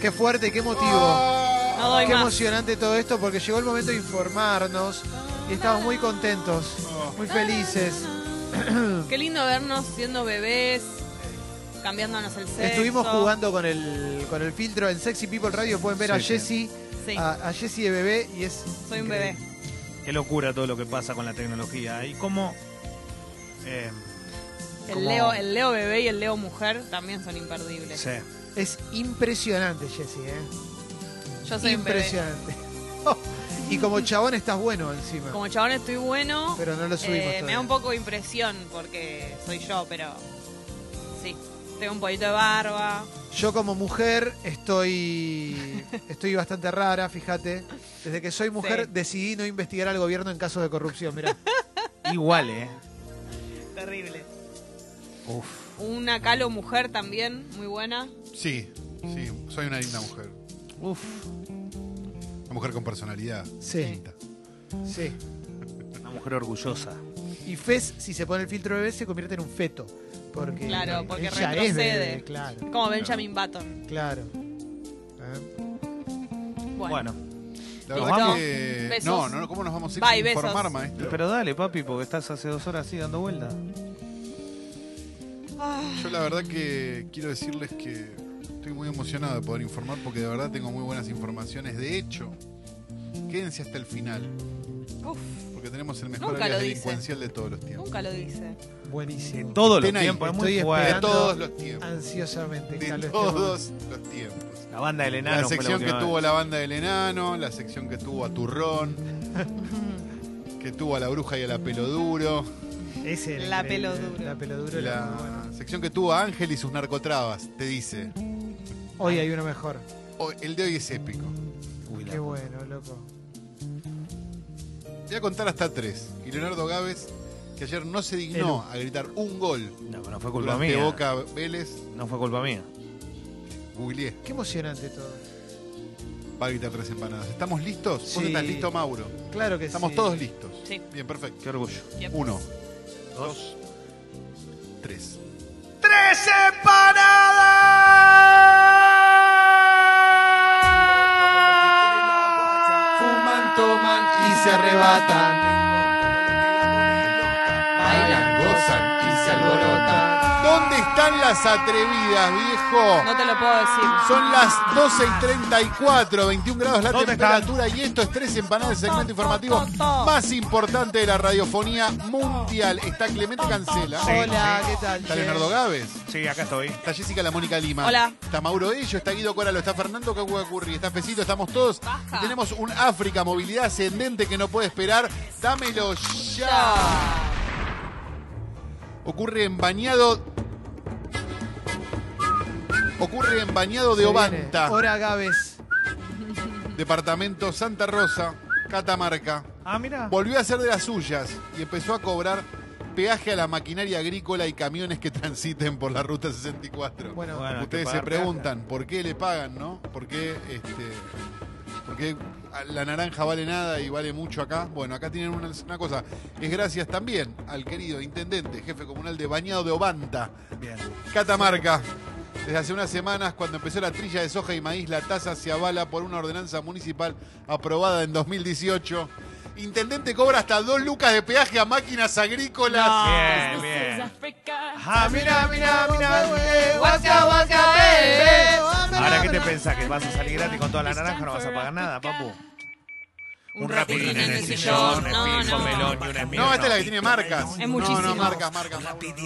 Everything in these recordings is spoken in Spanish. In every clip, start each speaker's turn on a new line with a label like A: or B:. A: Qué fuerte, qué emotivo.
B: No doy
A: Qué
B: más.
A: emocionante todo esto porque llegó el momento de informarnos y estamos muy contentos, muy felices.
B: Qué lindo vernos siendo bebés, cambiándonos el sexo.
A: Estuvimos jugando con el, con el filtro en Sexy People Radio, pueden ver a
C: Sí,
A: Jessy,
B: Sí,
A: a, a Jessy de bebé y es...
B: soy un
A: increíble.
B: bebé.
C: Qué locura todo lo que pasa con la tecnología. Y cómo. eh,
B: El
C: Como-
B: Leo, el Leo bebé y el Leo mujer también son imperdibles.
C: sí.
A: Es impresionante, Jessy, ¿eh?
B: Yo soy un bebé.
A: impresionante. y como chabón estás bueno encima,
B: Como chabón estoy bueno.
A: pero no lo subimos
B: Eh, me
A: todavía.
B: da un poco de impresión porque soy yo, pero sí. Tengo un poquito de barba.
A: Yo como mujer estoy estoy bastante rara, fíjate. Desde que soy mujer
B: Sí.
A: decidí no investigar al gobierno en casos de corrupción, mirá.
C: Igual, ¿eh?
B: Terrible.
C: Uf.
B: Una calo mujer también, muy buena.
D: Sí, sí, soy una linda mujer.
A: Uf,
D: Una mujer con personalidad.
A: sí,
D: Linda.
A: sí.
C: Una mujer orgullosa.
A: Y Fez, si se pone el filtro bebé, se convierte en un feto. Porque
B: Claro, porque
A: ella es
B: retrocede.
A: bebé, claro,
B: Como Benjamin Button.
A: claro. ¿Eh?
B: Bueno.
C: Bueno.
D: La
C: ¿Nos
D: verdad
C: vamos?
D: que.
B: Besos.
D: No, no, no, ¿cómo nos vamos a ir
B: Bye,
D: sin
B: besos.
D: informar, maestro?
C: Pero dale, papi, porque estás hace dos horas así dando vuelta.
D: Yo la verdad que quiero decirles que estoy muy emocionado de poder informar porque de verdad tengo muy buenas informaciones. De hecho, quédense hasta el final
B: Uf,
D: porque tenemos el mejor
B: Nunca
D: área
B: lo dice.
D: delincuencial de todos los tiempos.
B: nunca lo dice.
A: Buenísimo.
C: Todos los
D: Estén ahí,
C: tiempos, es muy
A: estoy
D: De
C: fuerte.
A: esperando.
D: todos los tiempos.
A: Ansiosamente,
D: De
A: Carlos, este
D: todos los tiempos.
C: La banda del enano.
D: La
C: fue
D: sección que
C: última
D: tuvo
C: vez.
D: la banda del enano, la sección que tuvo a Turrón, que tuvo a la bruja y a la peloduro,
A: momento. Ese era
B: La
A: increíble,
B: peloduro.
A: La peloduro era muy buena.
D: la sección que tuvo a Ángel y sus narcotrabas, te dice. Ah.
A: Hoy hay una mejor.
D: "Hoy- El de hoy es épico.
C: Uy, la-
A: Qué bueno, loco.
D: Te voy a contar hasta tres. Y Leonardo Gávez, que ayer no se dignó a gritar un gol
C: No, no fue culpa
D: durante
C: mía.
D: Boca Vélez,
C: No fue culpa mía.
D: googleé,
A: Qué emocionante todo.
D: va a gritar tres empanadas. ¿Estamos listos? ¿Vos
A: Sí.
D: estás listo, Mauro?
A: Claro que
D: Estamos
A: sí.
D: todos listos.
B: Sí.
D: Bien, perfecto.
C: Qué orgullo.
D: Uno, dos, tres.
C: ¡Tres empanadas!
A: Fuman, toman y se arrebatan.
B: Bailan,
D: gozan
A: y se alborotan.
D: ¿Dónde están las atrevidas, viejo?
B: No te lo puedo decir.
D: Son las 12 y 34, 21 grados la
C: ¿Dónde
D: temperatura y esto es tres empanadas, el segmento informativo más importante de la radiofonía mundial. Está Clemente Cancela,
A: Hola, ¿qué tal?
D: está
A: che?
D: Leonardo Gávez,
C: Sí, acá estoy.
D: está Jessica La Mónica Lima,
B: Hola.
D: está Mauro Ello, está Guido Coralo, está Fernando Cacuacurri, está Fecito, estamos todos.
B: Baja.
D: Y tenemos un África, movilidad ascendente que no puede esperar. Dámelo ya.
B: Ya.
D: Ocurre en bañado. Ocurre en bañado de
A: Se viene.
D: Obanta.
A: Hora Gávez.
D: Departamento Santa Rosa, Catamarca,
C: Ah, mira.
D: volvió a hacer de las suyas y empezó a cobrar peaje a la maquinaria agrícola y camiones que transiten por la Ruta 64.
A: Bueno,
C: Bueno. hay que
D: Ustedes se
C: pagar
D: preguntan por qué le pagan, ¿no? ¿Por qué, este, por qué la naranja vale nada y vale mucho acá? Bueno, acá tienen una, una cosa. Es gracias también al querido intendente, jefe comunal de Bañado de Obanta,
C: Bien.
D: Catamarca. Desde hace unas semanas, cuando empezó la trilla de soja y maíz, la tasa se avala por una ordenanza municipal aprobada en 2018. Intendente cobra hasta dos lucas de peaje a máquinas agrícolas.
C: Bien, bien. Ah, mira, mira, mira.
A: Ah,
C: Ahora, ¿qué te pensás? ¿Que vas a salir gratis con toda la naranja? No vas a pagar nada, papu.
B: Un rapidín en el sillón. No, no. este
C: y una
D: No, esta es la que tiene marcas.
B: Es muchísimo.
D: No, no, marcas, marcas.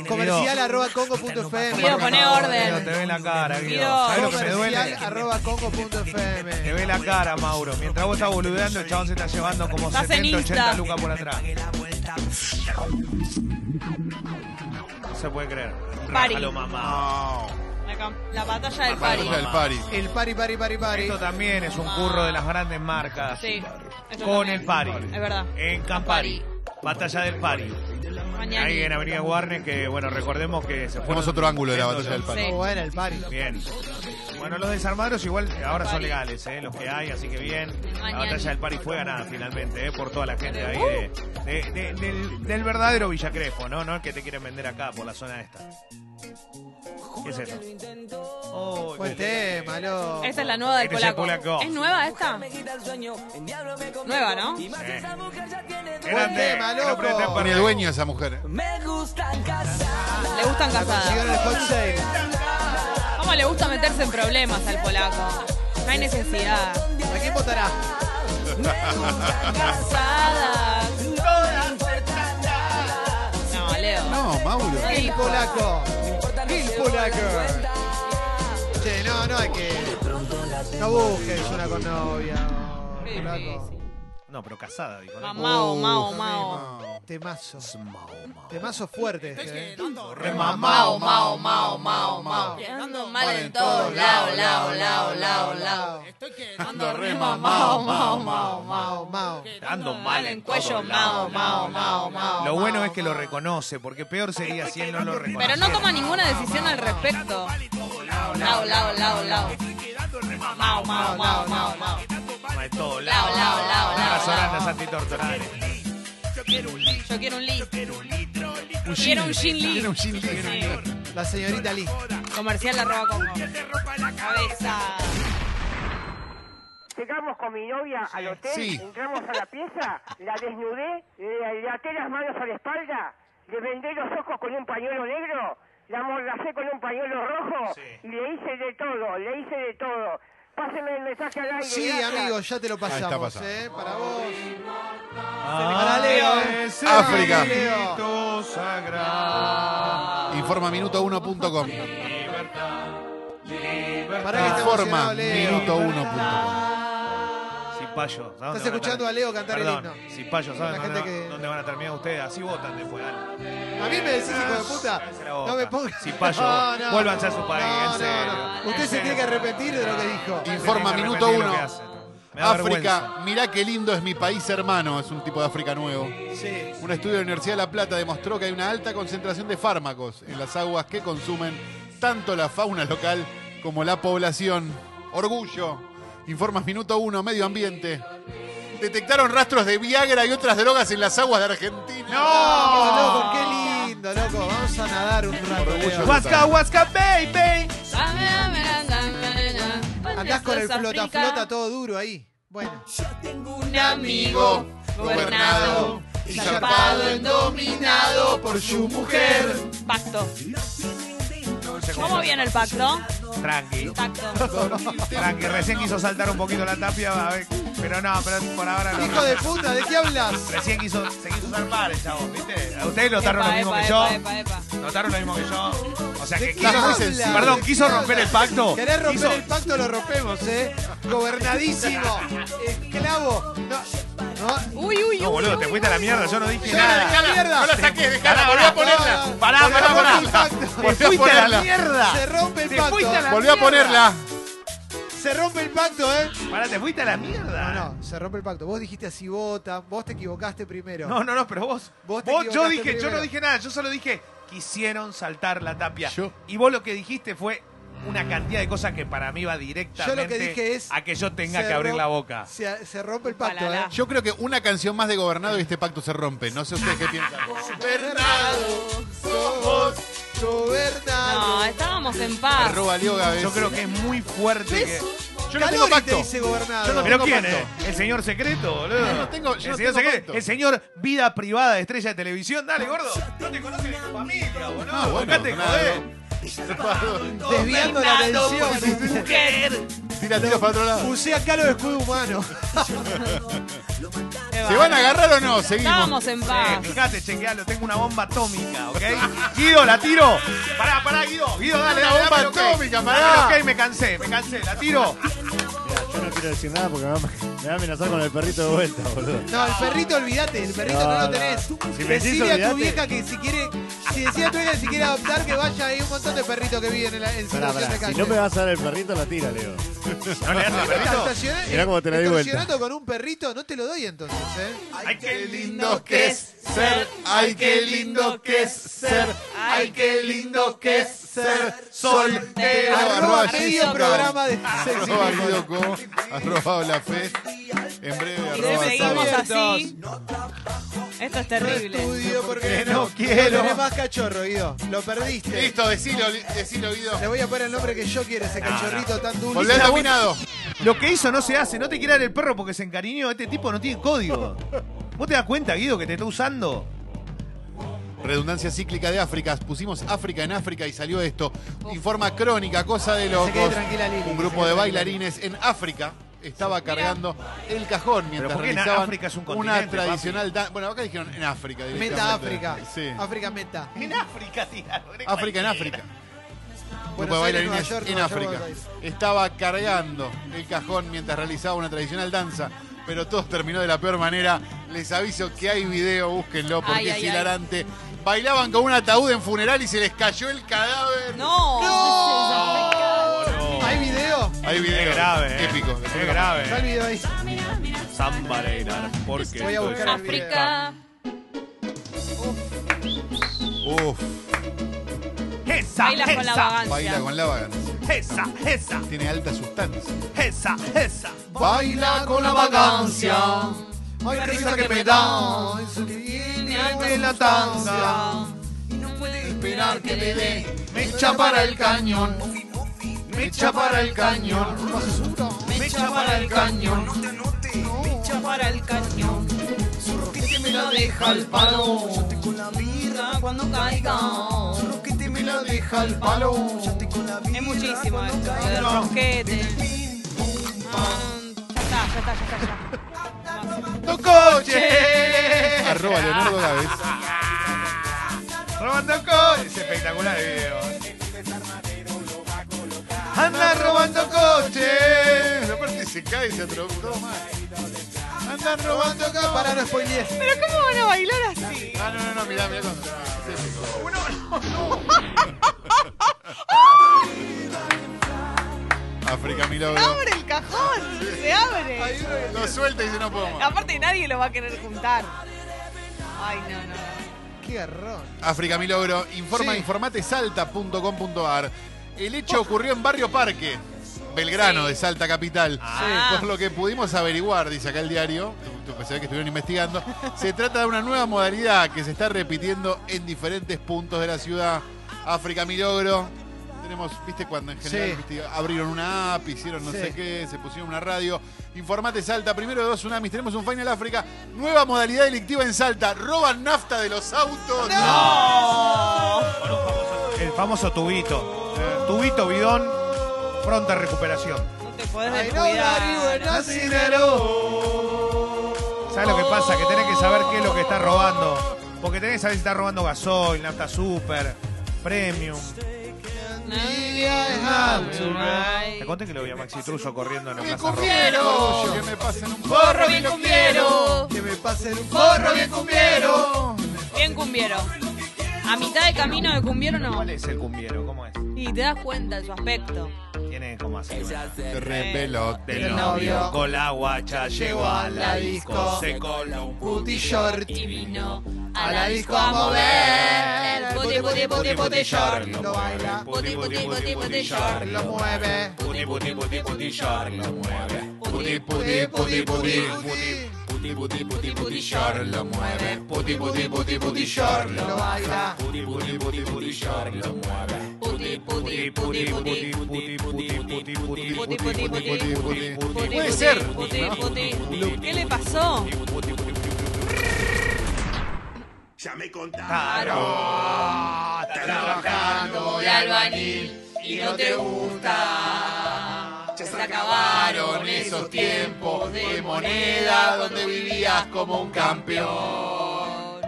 A: Comercial arroba congo.fm.
B: Guido, poné
C: Pero te
B: orden.
C: ve la cara, Guido.
B: Guido.
C: ¿Sabes lo que me
A: Comercial
C: duele?
A: arroba
C: Te
A: congo.fm.
C: ve la cara, Mauro. Mientras vos estás boludeando, el chabón se está llevando como
B: Estás en
C: 70,
B: Insta.
C: 80 lucas por atrás. No se puede creer.
B: Pari.
C: Rájalo, mamá.
D: No.
B: La, cam- la batalla del
D: Marcas
B: pari.
D: del pari.
A: El pari, pari, pari, pari.
C: Esto también es un curro de las grandes marcas.
B: Sí. Esto
C: Con
B: también.
C: el pari.
B: Es verdad.
C: En Campari. Batalla del pari.
B: Mañana.
C: Ahí en Avenida Warner, que bueno, recordemos que se
D: Tenemos
C: fueron
D: otro ángulo de la
C: yéndose.
D: batalla del pari.
B: Sí.
A: Oh, bueno, el pari.
C: Bien. Bueno, los desarmados igual ahora son legales, ¿eh? los que hay, así que bien. La batalla del Pari fue ganada finalmente, ¿eh? por toda la gente ahí de, de- de- del, del verdadero Villa Crespo, ¿no? No el que te quieren vender acá, por la zona esta. ¿Qué es esto? Oh,
A: Buen tema, loco.
B: Esa es la nueva del
C: Eres el
B: polaco.
C: polaco.
B: ¿Es nueva esta? Nueva,
E: Nueva,
B: ¿no?
A: Buen
C: Eh, Grande,
A: tema,
C: no
A: loco.
C: prende
D: Pone
C: para-
D: dueño esa mujer. ¿eh?
E: Me gustan casadas.
B: Le gustan
A: Consiguieron
B: casadas.
A: el hot sale.
B: ¿Cómo le gusta meterse en problemas al polaco? No hay necesidad.
A: ¿A quién votará?
B: Casadas. No, Leo.
D: No, Mauro.
A: El polaco. El polaco. Che, no, no hay que. No busques una con novia. o-
B: Qué
A: Polaco.
B: difícil.
C: No, pero casada, dijo. ¿no?
B: Mamao, mao,
D: Uh,
B: mao.
A: Temazo. Temazo fuerte. este, ¿eh?
D: Remamao, mao, mao, mao, mao.
B: Ando
D: mal en todos lados, lao, lao, lao, lao.
F: Estoy que
D: Ando remamao, mao, mao,
A: Mao,
D: mao.
A: mao.
C: Ando mal en
B: cuello,
C: todos
B: mao,
C: lados,
B: mao,
C: lao,
B: mao,
C: lao.
B: mao.
C: Lo bueno es que lo reconoce, porque peor sería si él no lo reconoce.
B: Pero no toma ninguna decisión al respecto. Lao, lao, lao, lao. Mao, mao, mao, mao, mao.
C: de todo
B: Lao, lao, lao, lao,
C: Las
B: lao.
C: horas antitortonales.
B: Yo quiero un Lee. Quiero un Shin Lee.
D: Tiene un jean libre.
A: La señorita Lee.
B: Comercial arroba congo. Cabeza.
G: Llegamos con mi novia al hotel,
D: Sí.
G: entramos a la pieza, la desnudé, le, le até las manos a la espalda, le vendé los ojos con un pañuelo negro, la mordacé con un pañuelo rojo
C: Sí.
G: y le hice de todo, le hice de todo. Páseme el mensaje al aire.
A: Sí,
G: gracias.
A: amigo, ya te lo
D: está
A: pasamos,
D: pasado.
A: ¿eh? Para vos.
C: Para
A: Leo.
D: África.
C: sagrado.
D: Informa minuto1.com.
A: Pará que está
D: Informa
A: emocionado, Leo.
D: minuto1.com.
C: Cipallo. ¿sabes dónde
A: Estás escuchando
C: van
A: a Leo cantar el
C: Perdón,
A: himno.
C: Cipallo, ¿sabes
A: La
C: dónde,
A: gente
C: va-
A: que-
C: dónde van a terminar ustedes? Así votan después. dale.
A: A mí me decís, hijo de puta.
C: Cállense la boca.
A: No me pongas.
C: Cipallo, vuélvanse a su país, en serio.
A: Usted se tiene que arrepentir de lo que dijo.
C: Tienen
D: Informa
C: que
D: minuto
C: arrepentir lo
D: 1.
C: que hacen. Me da
D: África,
C: vergüenza.
D: mirá qué lindo es mi país hermano. Es un tipo de África nuevo.
A: Sí.
D: Un estudio de la Universidad de La Plata demostró que hay una alta concentración de fármacos en las aguas que consumen tanto la fauna local como la población. Orgullo. Informas Minuto 1, Medio Ambiente. Detectaron rastros de Viagra y otras drogas en las aguas de Argentina.
A: Amigo, loco, qué lindo, loco. Vamos a nadar un rato.
D: Orgullo.
A: Leo.
C: Huasca, huasca, baby.
A: Andás con el flota flota todo duro ahí. Bueno.
B: Un amigo gobernado y zarpado en dominado
D: por su mujer.
B: Pacto. ¿Cómo viene el pacto?
C: Tranqui.
B: Pacto.
C: Tranqui, recién quiso saltar un poquito la tapia, a ver, pero no, pero por ahora no.
A: Hijo de puta, ¿de qué hablas?
C: Recién quiso, se quiso zarpar el chabón, ¿viste? A Ustedes notaron lo
B: Epa,
C: mismo
B: epa,
C: que yo.
B: epa, epa, epa.
C: Notaron lo mismo que yo. O sea
A: ¿De
C: que
A: qué
C: quiso.
D: muy
A: hablas?
D: sencillo.
C: Perdón,
A: ¿De
C: quiso
A: qué
C: romper el
A: hablas?
C: pacto.
A: ¿Querés romper
C: Quiso-
A: el pacto? Lo rompemos, ¿eh? Gobernadísimo. Esclavo. No. No.
B: Uy, uy,
C: No,
B: uy.
C: boludo, te fuiste a la mierda, yo no dije
A: Dejala,
C: nada.
A: dejala, mierda.
D: No la saques, dejala, volví a ponerla.
C: Pará,
A: Porque
C: pará,
A: rompe
C: pará.
A: el pacto.
C: Te
D: Volví a
C: fuiste a la
D: ponerla.
A: Se
C: mierda.
A: rompe el
C: Te
A: pacto.
C: fuiste a la
D: Volví a ponerla.
A: Se rompe el pacto, ¿eh?
C: Pará, te fuiste a la mierda.
A: No, no, se rompe el pacto. Vos dijiste así vota, vos te equivocaste primero.
C: No, no, no, pero vos.
A: Vos
C: Vos,
A: te
C: yo
A: equivocaste
C: dije, yo
A: primero.
C: no dije nada, yo solo dije, quisieron saltar la tapia.
D: Yo-
C: Y vos lo que dijiste fue una cantidad de cosas que para mí va directamente
A: Yo lo que dije es.
C: a que yo tenga
A: se
C: que abrir
A: rom-
C: la boca.
A: Se, se rompe el pacto,
B: Ojalá.
A: ¿eh?
D: Yo creo que una canción más de gobernado y este pacto se rompe. No sé ustedes qué piensan.
A: somos
B: No,
A: gobernados.
B: estábamos en paz.
D: Arroba Leo Gávez.
C: Yo creo que es muy fuerte que. Yo no tengo
A: Calori te
C: pacto.
A: dice gobernado.
D: Yo no
C: ¿Pero
D: tengo
C: quién
D: pacto.
C: es? El señor secreto, boludo.
D: Yo no tengo- yo
C: el
D: no
C: señor
D: tengo
C: secreto.
D: pacto.
C: El señor vida privada de estrella de televisión. Dale, gordo. No te conoces de tu familia, boludo.
D: Ah, bueno,
C: Dejate de
D: nada,
C: joder.
A: Desviando la atención.
D: Tira tiros para otro lado.
A: Puse acá lo de escudo humano.
D: ¿Se van a agarrar o no? Seguimos.
B: Estábamos en
C: Eh,
B: paz.
C: fíjate, chequealo, tengo una bomba atómica, ¿ok? Guido, la tiro. Pará, pará, Guido. Guido, dale,
D: Una
C: dale,
D: bomba
C: dame el ok.
D: atómica, pará.
C: Dame el Ok, me cansé, me cansé, la tiro.
H: Mira, yo no quiero decir nada porque me va, me va a amenazar con el perrito de vuelta, boludo.
A: No, el perrito, olvídate, el perrito no,
H: No,
A: lo
H: no.
A: tenés.
H: Si me decís,
A: Decile a tu
H: olvidate.
A: vieja que si quiere, si decía a tu vieja que si quiere adoptar, que vaya, hay un montón de perritos que viven en, la, en
H: Pará,
A: situación de
H: pará.
A: calle.
H: Si no me vas a dar el perrito, la tira, Leo.
C: ¿No le das el perrito?
A: Estacioné-
H: Mirá cómo te la di vuelta.
A: estacionando con un perrito, no te lo doy entonces, ¿eh?
C: Ay, qué lindo.
D: que es ser, ay qué lindo que es ser, ay qué lindo que es ser soltero.
A: Arroba
D: Arroba
A: medio
D: Jessica.
A: programa de sexy
D: Arroba Guido Co, arroba la fe. En breve
B: Y
D: arroba
B: si seguimos
D: Sabia.
A: abiertos.
B: así, Esto es
A: No
B: terrible.
A: estudio porque
C: Porque no quiero.
A: tenés más cachorro, Guido. Lo perdiste.
D: Listo, decilo, li- decilo, Guido.
A: Le voy a poner el nombre que yo quiero, ese cachorrito tan dulce.
D: Volvé al dominado.
C: Lo que hizo no se hace, no te quiere dar el perro porque se encariñó, este tipo no tiene código. ¿Vos te das cuenta, Guido, que te está usando?
D: Redundancia cíclica de África. Pusimos África en África y salió esto. Informa crónica, cosa de
A: Que se quede
D: locos.
A: tranquila, Lili, que
D: Un
A: se
D: grupo
A: quede
D: de
A: tranquila.
D: bailarines en África estaba cargando el cajón mientras
C: ¿por qué en
D: realizaban
C: África es un
D: una
C: continente,
D: tradicional dan- Bueno, acá dijeron en África.
A: Meta
D: directamente.
A: África.
D: Sí.
A: África Meta.
C: En África, tiraron.
D: África en África. grupo de
A: Buenos Aires,
D: bailarines
A: Nueva York,
D: en
A: Nueva York,
D: África.
A: Buenos
D: Estaba cargando el cajón mientras realizaba una tradicional danza, pero todo terminó de la peor manera. Les aviso que hay video, búsquenlo porque
B: Ay,
D: es
B: ay, ay.
D: hilarante. Bailaban con un ataúd en funeral y se les cayó el cadáver.
B: No.
D: Oh.
A: ¿Hay video?
D: Hay video.
C: Es grave, eh.
D: Épico.
C: Es
A: Está el
C: grave.
A: video ahí.
C: Samba Reinar, porque
A: Voy a
C: esto
A: buscar
C: es
A: el video.
B: África.
D: Uf,
C: Esa,
B: Bailas con la
C: esa,
D: baila
B: vagancia.
D: con la vagancia.
C: esa, esa,
D: Tiene alta sustancia.
C: esa, esa.
A: Baila con la vagancia. Ay, qué risa que me da. Eso que viene de la danza.
E: Y no puede
A: Esperar que me dé.
C: Me
A: echa para el cañón.
C: Me echa para el cañón, me echa para el cañón.
E: echa para el cañón. Solo que te me la deja al palo. Yo te con la vida cuando caiga. Solo que te me la deja al palo. Yo te con la vida
B: Es muchísimo
E: cuando
B: esto.
E: caiga.
B: El rosquete. Ah, Ya está, ya está, ya está, ya está.
C: coche!
D: Arroba Leonardo Gávez.
C: Robando coche. Es espectacular el video. Anda robando coche.
D: Pero aparte se cae, se atropelló más.
A: Andan robando acá. Para no spoilees.
B: Pero ¿cómo van a bailar así?
D: Ah, no, no, no, mirá, mirá cuando. es épico. África Milagro.
B: ¡Abre el cajón! ¡Se abre!
D: Lo suelta y dice no puedo más.
B: Aparte nadie lo va a querer juntar. Ay, no, no. no.
A: Qué garrón.
D: África Milagro, informa
A: Sí.
D: informatesalta.com.ar. El hecho ocurrió en Barrio Parque, Belgrano de Salta Capital.
B: Ah.
D: Por lo que pudimos averiguar, dice acá el diario, tú- tú- se ve que estuvieron investigando, se trata de una nueva modalidad que se está repitiendo en diferentes puntos de la ciudad. África Milagro. Tenemos, viste, cuando en general
A: Sí.
D: viste, abrieron una app, hicieron no
A: Sí.
D: sé qué, se pusieron una radio. Informate Salta, primero de dos tsunamis, tenemos un Final África, nueva modalidad delictiva en Salta, roban nafta de los autos.
C: El famoso tubito. Tubito bidón. Pronta recuperación.
B: No te podés
A: Ay, no, Darío,
B: descuidar.
A: no,
C: ¿Sabes lo que pasa? Que tenés que saber qué es lo que está robando. Porque tenés que saber si está robando gasoil, nafta super, premium. Te conté que lo vi a Maxi Truso corriendo en la
D: ¡Me
C: plaza roja.
D: cumbiero! Que me pasen un
B: Porro bien cumbiero.
A: Que me pasen un porro bien cumbiero.
B: Bien cumbiero. A mitad de camino de cumbiero no.
C: ¿Cuál es el cumbiero? ¿Cómo es?
B: Y te das cuenta de su aspecto.
C: Tiene como así. una-
D: Te repelote.
C: Del novio con la guacha llegó a la disco,
A: disco,
C: se coló un
A: Puti short.
B: Y vino
A: A la disco a mover.
B: Bote, bote, bote, bote, short.
A: Lo baila.
B: Puti, puti, puti, puti, short.
A: Lo mueve.
C: Puti, puti, puti, puti, short, lo mueve.
D: Puti, puti, puti, puti. Puti, puti, puti, puti, short lo mueve. Puti, puti, puti, puti, short lo
A: Lo baila.
C: Puti, puti, puti, puti, short, lo mueve.
B: Puti,
C: Puti,
B: puti, puti,
C: puti, puti,
B: puti.
C: puti, puti, puti, puti,
B: Puti, puti,
C: puti.
B: puti.
D: Puti, puti, puti.
B: Puti,
D: Puede
B: puti,
D: ser.
B: puti,
D: ¿no?
B: puti. ¿Qué le pasó?
C: Claro, está trabajando
B: de albañil y no te gusta. Ya se acabaron esos tiempos de moneda donde vivías como un campeón.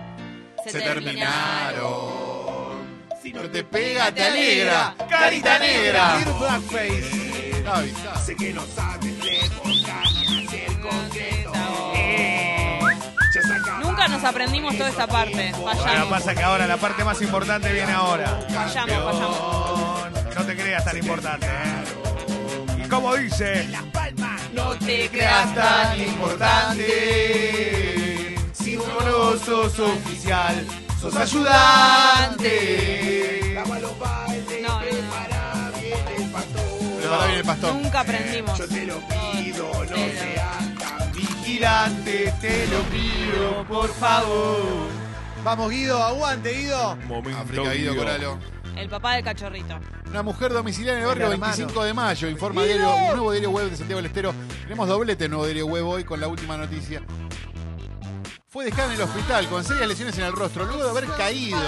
D: Se terminaron. Si no te pega, te alegra. Carita
A: Ir
D: negra.
A: blackface.
D: Está avisado.
B: Nunca nos aprendimos toda esta parte.
C: Lo
B: Vayamos,
C: que pasa es que ahora la parte más importante viene ahora.
B: vayamos, vayamos.
C: No te creas tan importante, ¿eh? Y como dice,
B: No te
C: creas tan importante. Si uno no sos oficial, sos ayudante.
B: No, no,
D: Prepara bien el
B: no,
D: pastón.
B: nunca aprendimos. Pero-
C: vigilante, te lo pido, por favor.
A: Vamos, Guido, aguante, Guido.
D: África Guido Coralo.
F: El papá del cachorrito.
D: Una mujer domiciliaria en el barrio
A: El hermano.
D: 25 de mayo, informa
A: ¡Mira!
D: diario, un nuevo diario web de Santiago del Estero. Tenemos doblete en nuevo diario web hoy con la última noticia. Fue dejada en el hospital con serias lesiones en el rostro luego de haber caído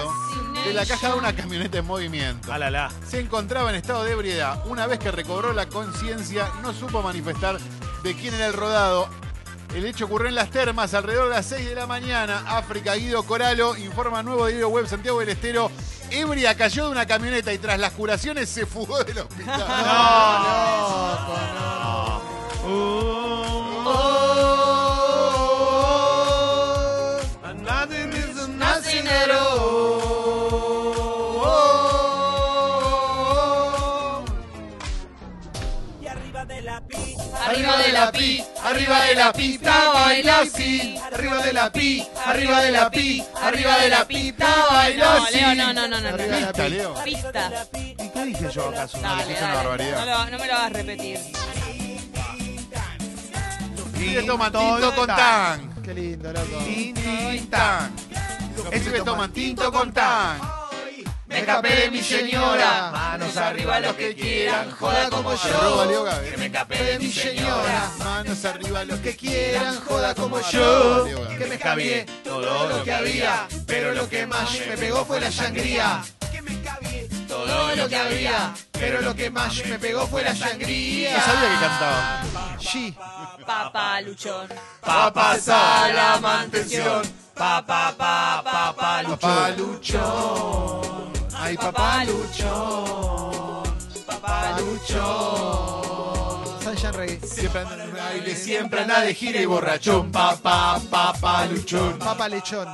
D: de la caja de una camioneta en movimiento.
C: Alala.
D: Se encontraba en estado de ebriedad. Una vez que recobró la conciencia, no supo manifestar de quién era el rodado. El hecho ocurrió en las termas alrededor de las 6 de la mañana. África Guido Coralo informa nuevo diario web Santiago del Estero. Ebria cayó de una camioneta y tras las curaciones se fugó del hospital.
E: Y arriba de la pista.
B: Arriba de la pi, arriba de la pista baila así. Arriba de la pi, arriba de la pi, arriba de la pista baila
F: No,
B: así.
F: Leo, no, no, no, no. no.
A: Arriba la
D: Pista, Leo.
F: Pista.
C: ¿Y qué dije yo acaso?
F: Dale,
D: una
F: dale.
D: barbaridad.
F: No, lo- no me lo vas a repetir.
D: Pibes toman tinto con tan.
A: Qué lindo, loco.
D: Tan. Los
C: Ese
D: pibes toman
C: toman
D: tinto con tan.
B: Me escapé de mi señora. Manos arriba los que quieran, joda como
D: Se roba Leo
B: yo.
D: Gávez.
B: Que me escapé de mi señora.
D: Manos arriba los que
A: Quieran, joda como
D: yo.
A: yo. Que me cambié
C: Cabié todo lo que había, pero lo que más me pegó fue la sangría.
B: Todo lo que había, pero lo que más me pegó fue la
D: No
B: sangría.
D: sabía que cantaba.
A: G.
F: Papá Luchón.
B: Papá la mantención. Papá, papá, papá,
D: Papá
B: luchón.
D: Luchón. Ay, papá
F: Papá
D: Luchón.
B: Luchón. Papá luchón.
A: Sunshine Reggae.
D: Siempre andan en un baile,
B: Siempre anda de gira y borrachón. Papá, papá, luchón.
A: Papa Lechón.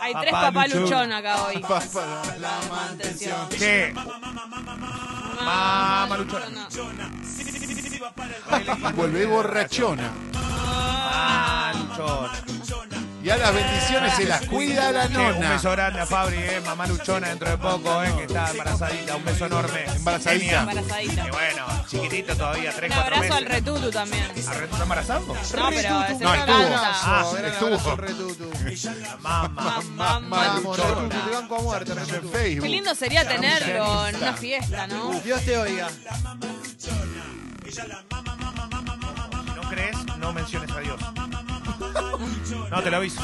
F: Hay tres
C: Papá
F: papá
C: Luchón.
F: Luchón acá hoy.
D: Papá la mantención.
C: Che,
F: Mamá Luchón.
D: Y volvé borrachona.
C: ah, Luchón.
D: Y a las bendiciones se las cuida la
C: Che, un
D: nona.
C: beso grande a Fabri, eh, mamá Luchona dentro de poco, eh, que está embarazadita. Un beso enorme.
D: Embarazadita.
C: Genia.
F: Embarazadita.
C: Y bueno, chiquitito todavía, tres,
F: Un
C: cuatro
F: abrazo al
C: meses.
F: retutu también.
C: ¿Al reto está embarazado?
F: No, pero ese
D: No,
F: no canta.
D: estuvo. Ah,
A: gran
D: estuvo.
A: abrazo, Retutu.
C: Mamá.
F: Mamá
A: Vamos,
F: Luchón.
A: Retutu, te banco a muerte,
D: En
A: Retutu.
F: Qué
D: Facebook.
F: lindo sería tenerlo en una fiesta, ¿no?
A: Dios te oiga.
C: Si no crees, no menciones a Dios. No, te lo aviso.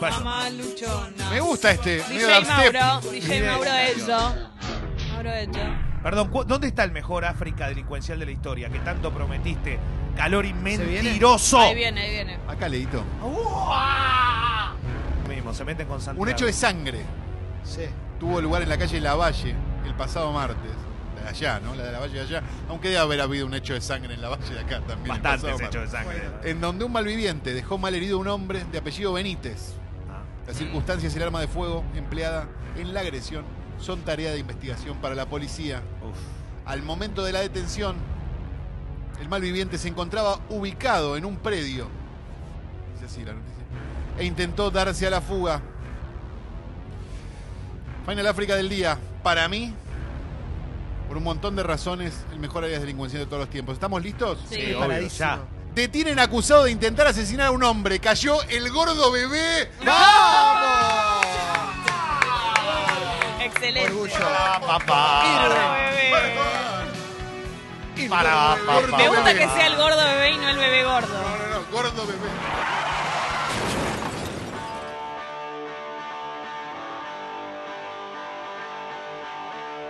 C: Vaya.
F: Mamá Luchona.
D: Me gusta este. Medio
F: DJ
D: dubstep.
F: Mauro, DJ Mauro Ello. Mauro Ello.
C: Perdón, ¿cu- ¿dónde está el mejor África delincuencial de la historia que tanto prometiste? Calor y
A: viene?
C: mentiroso.
F: Ahí viene, ahí viene.
D: Acá leíto.
C: Mismo, se meten con Santiago.
D: Un hecho de sangre
A: Sí.
D: tuvo lugar en la calle Lavalle el pasado martes. La de allá, ¿no? La de la Valle de allá. Aunque debe haber habido un hecho de sangre en la Valle de acá también. el pasado
C: Bastantes hechos de
D: martes.
C: sangre.
D: En donde un malviviente dejó mal herido a un hombre de apellido Benítez.
C: Ah.
D: Las circunstancias y el arma de fuego empleada en la agresión son tarea de investigación para la policía.
C: Uf.
D: Al momento de la detención, el malviviente se encontraba ubicado en un predio. Dice así la noticia. E intentó darse a la fuga. Final África del día. Para mí, por un montón de razones, el mejor área de delincuencia de todos los tiempos. ¿Estamos listos?
F: Sí.
C: obvio, ya.
D: Detienen acusado de intentar asesinar a un hombre. Cayó el gordo bebé.
F: Excelente.
D: Para,
B: Eh,
F: Me gusta que sea el gordo bebé y no el bebé gordo.
D: No, no, no, gordo bebé.